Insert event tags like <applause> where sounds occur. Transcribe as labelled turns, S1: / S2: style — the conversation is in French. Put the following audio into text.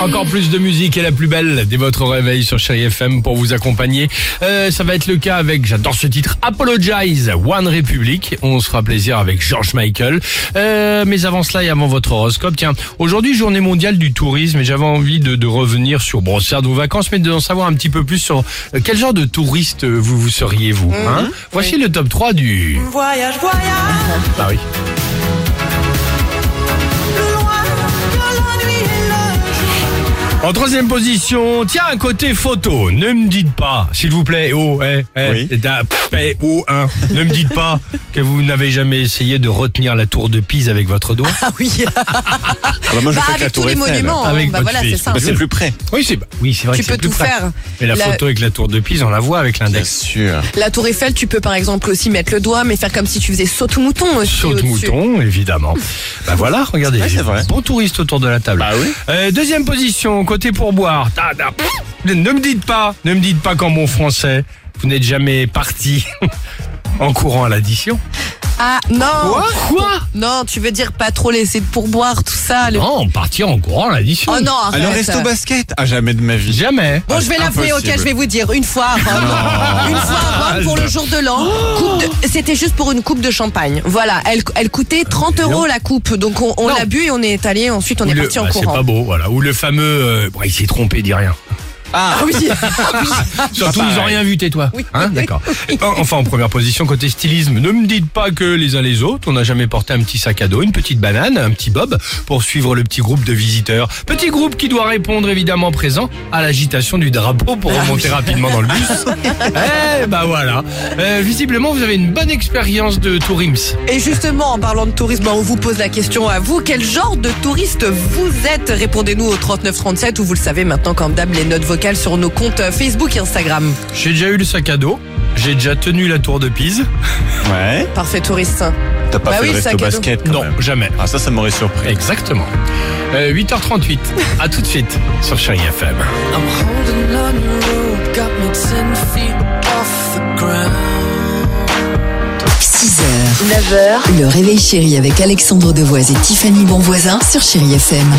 S1: Encore plus de musique et la plus belle dès votre réveil sur Chéri FM pour vous accompagner. Euh, ça va être le cas avec, j'adore ce titre, Apologize, One Republic. On se fera plaisir avec George Michael. Euh, mais avant cela et avant votre horoscope, tiens, aujourd'hui journée mondiale du tourisme et j'avais envie de, de revenir sur, bon, certes vos vacances, mais d'en savoir un petit peu plus sur euh, quel genre de touriste euh, vous, vous seriez vous. hein Voici le top 3 du...
S2: Mhm. Voyage, voyage,
S1: Bah oui.
S2: plus loin que la nuit et le jour.
S1: En troisième position, tiens, un côté photo. Ne me dites pas, s'il vous plaît, oh, eh, eh,
S3: Oui.
S1: c'est un pff, eh, oh, hein. Ne me dites pas que vous n'avez jamais essayé de retenir la tour de Pise avec votre doigt.
S4: Ah oui,
S3: Ah bah moi je
S4: bah,
S3: fais que la
S4: avec tous
S3: tour
S4: les
S3: Eiffel.
S4: monuments,
S1: Avec
S4: bah
S1: votre
S4: voilà,
S1: fille.
S4: c'est simple.
S3: Bah, c'est plus près.
S1: Oui, c'est, oui, c'est vrai
S4: Tu
S1: que c'est
S4: peux
S1: plus
S4: tout
S1: près.
S4: faire.
S1: Mais la,
S4: La-
S1: photo avec la tour de Pise, on la voit avec
S3: Bien
S1: l'index.
S3: sûr.
S4: La tour Eiffel, tu peux par exemple aussi mettre le doigt, mais faire comme si tu faisais saute mouton aussi.
S1: Saute
S4: au-dessus.
S1: mouton, évidemment. bah voilà, regardez.
S3: Ouais, c'est vrai.
S1: Bon touriste autour de la table.
S3: Bah oui.
S1: Euh, deuxième position, côté pourboire. Ta, ta, pff, ne me dites pas, ne me dites pas qu'en bon français, vous n'êtes jamais parti <laughs> en courant à l'addition.
S4: Ah non
S1: Quoi
S4: Non, tu veux dire pas trop laisser de pourboire, tout ça. le-
S1: Non, partir en courant l'addition.
S4: Oh non, arrête.
S3: Alors resto basket Ah jamais de ma vie.
S1: Jamais.
S4: Bon, je vais l'avouer, ok,
S3: Impossible.
S4: je vais vous dire. Une fois à Rome, une fois à Rome pour le jour de l'an,
S1: Oh.
S4: coupe de- c'était juste pour une coupe de champagne. Voilà, elle, elle coûtait 30
S1: non.
S4: euros la coupe, donc on, on
S1: Non.
S4: l'a bu et on est allé, ensuite on
S1: Ou
S4: est
S1: le-
S4: parti en
S1: bah, C'est
S4: courant.
S1: pas beau, voilà. Ou le fameux, euh, bon, il s'est trompé, dis rien.
S4: Ah oui, <laughs> ah oui.
S1: Surtout, ils ont
S3: pareil.
S1: rien vu, tais-toi.
S4: Oui.
S1: Hein, d'accord. En- Enfin, en première position, côté stylisme, ne me dites pas que les uns les autres, on n'a jamais porté un petit sac à dos, une petite banane, un petit bob, pour suivre le petit groupe de visiteurs. Petit groupe qui doit répondre, évidemment, présent à l'agitation du drapeau
S4: Ah
S1: pour remonter rapidement dans le bus.
S4: <laughs>
S1: eh, bah voilà. Euh, visiblement, vous avez une bonne expérience de tourisme.
S4: Et justement, en parlant de tourisme, bah, on vous pose la question à vous. Quel genre de touriste vous êtes Répondez-nous au 3937 ou vous le savez maintenant, comme d'hab, les notes vocales sur nos comptes euh, Facebook et Instagram.
S1: J'ai déjà eu le sac à dos. J'ai déjà tenu la tour de Pise.
S3: Ouais.
S4: Parfait touriste.
S3: T'as pas
S4: Bah
S3: fait
S4: oui,
S3: le
S4: sac à
S3: resto
S4: dos.
S3: basket quand
S1: Non,
S3: même.
S1: jamais.
S3: Ah ça ça m'aurait surpris.
S1: Exactement. Euh, 8h38. À tout de suite sur Chérie FM.
S5: I'm holding on a rope, got me ten feet off the ground.
S6: 6h, 9h, le réveil chéri avec Alexandre Devoise et Tiffany Bonvoisin sur Chéri FM.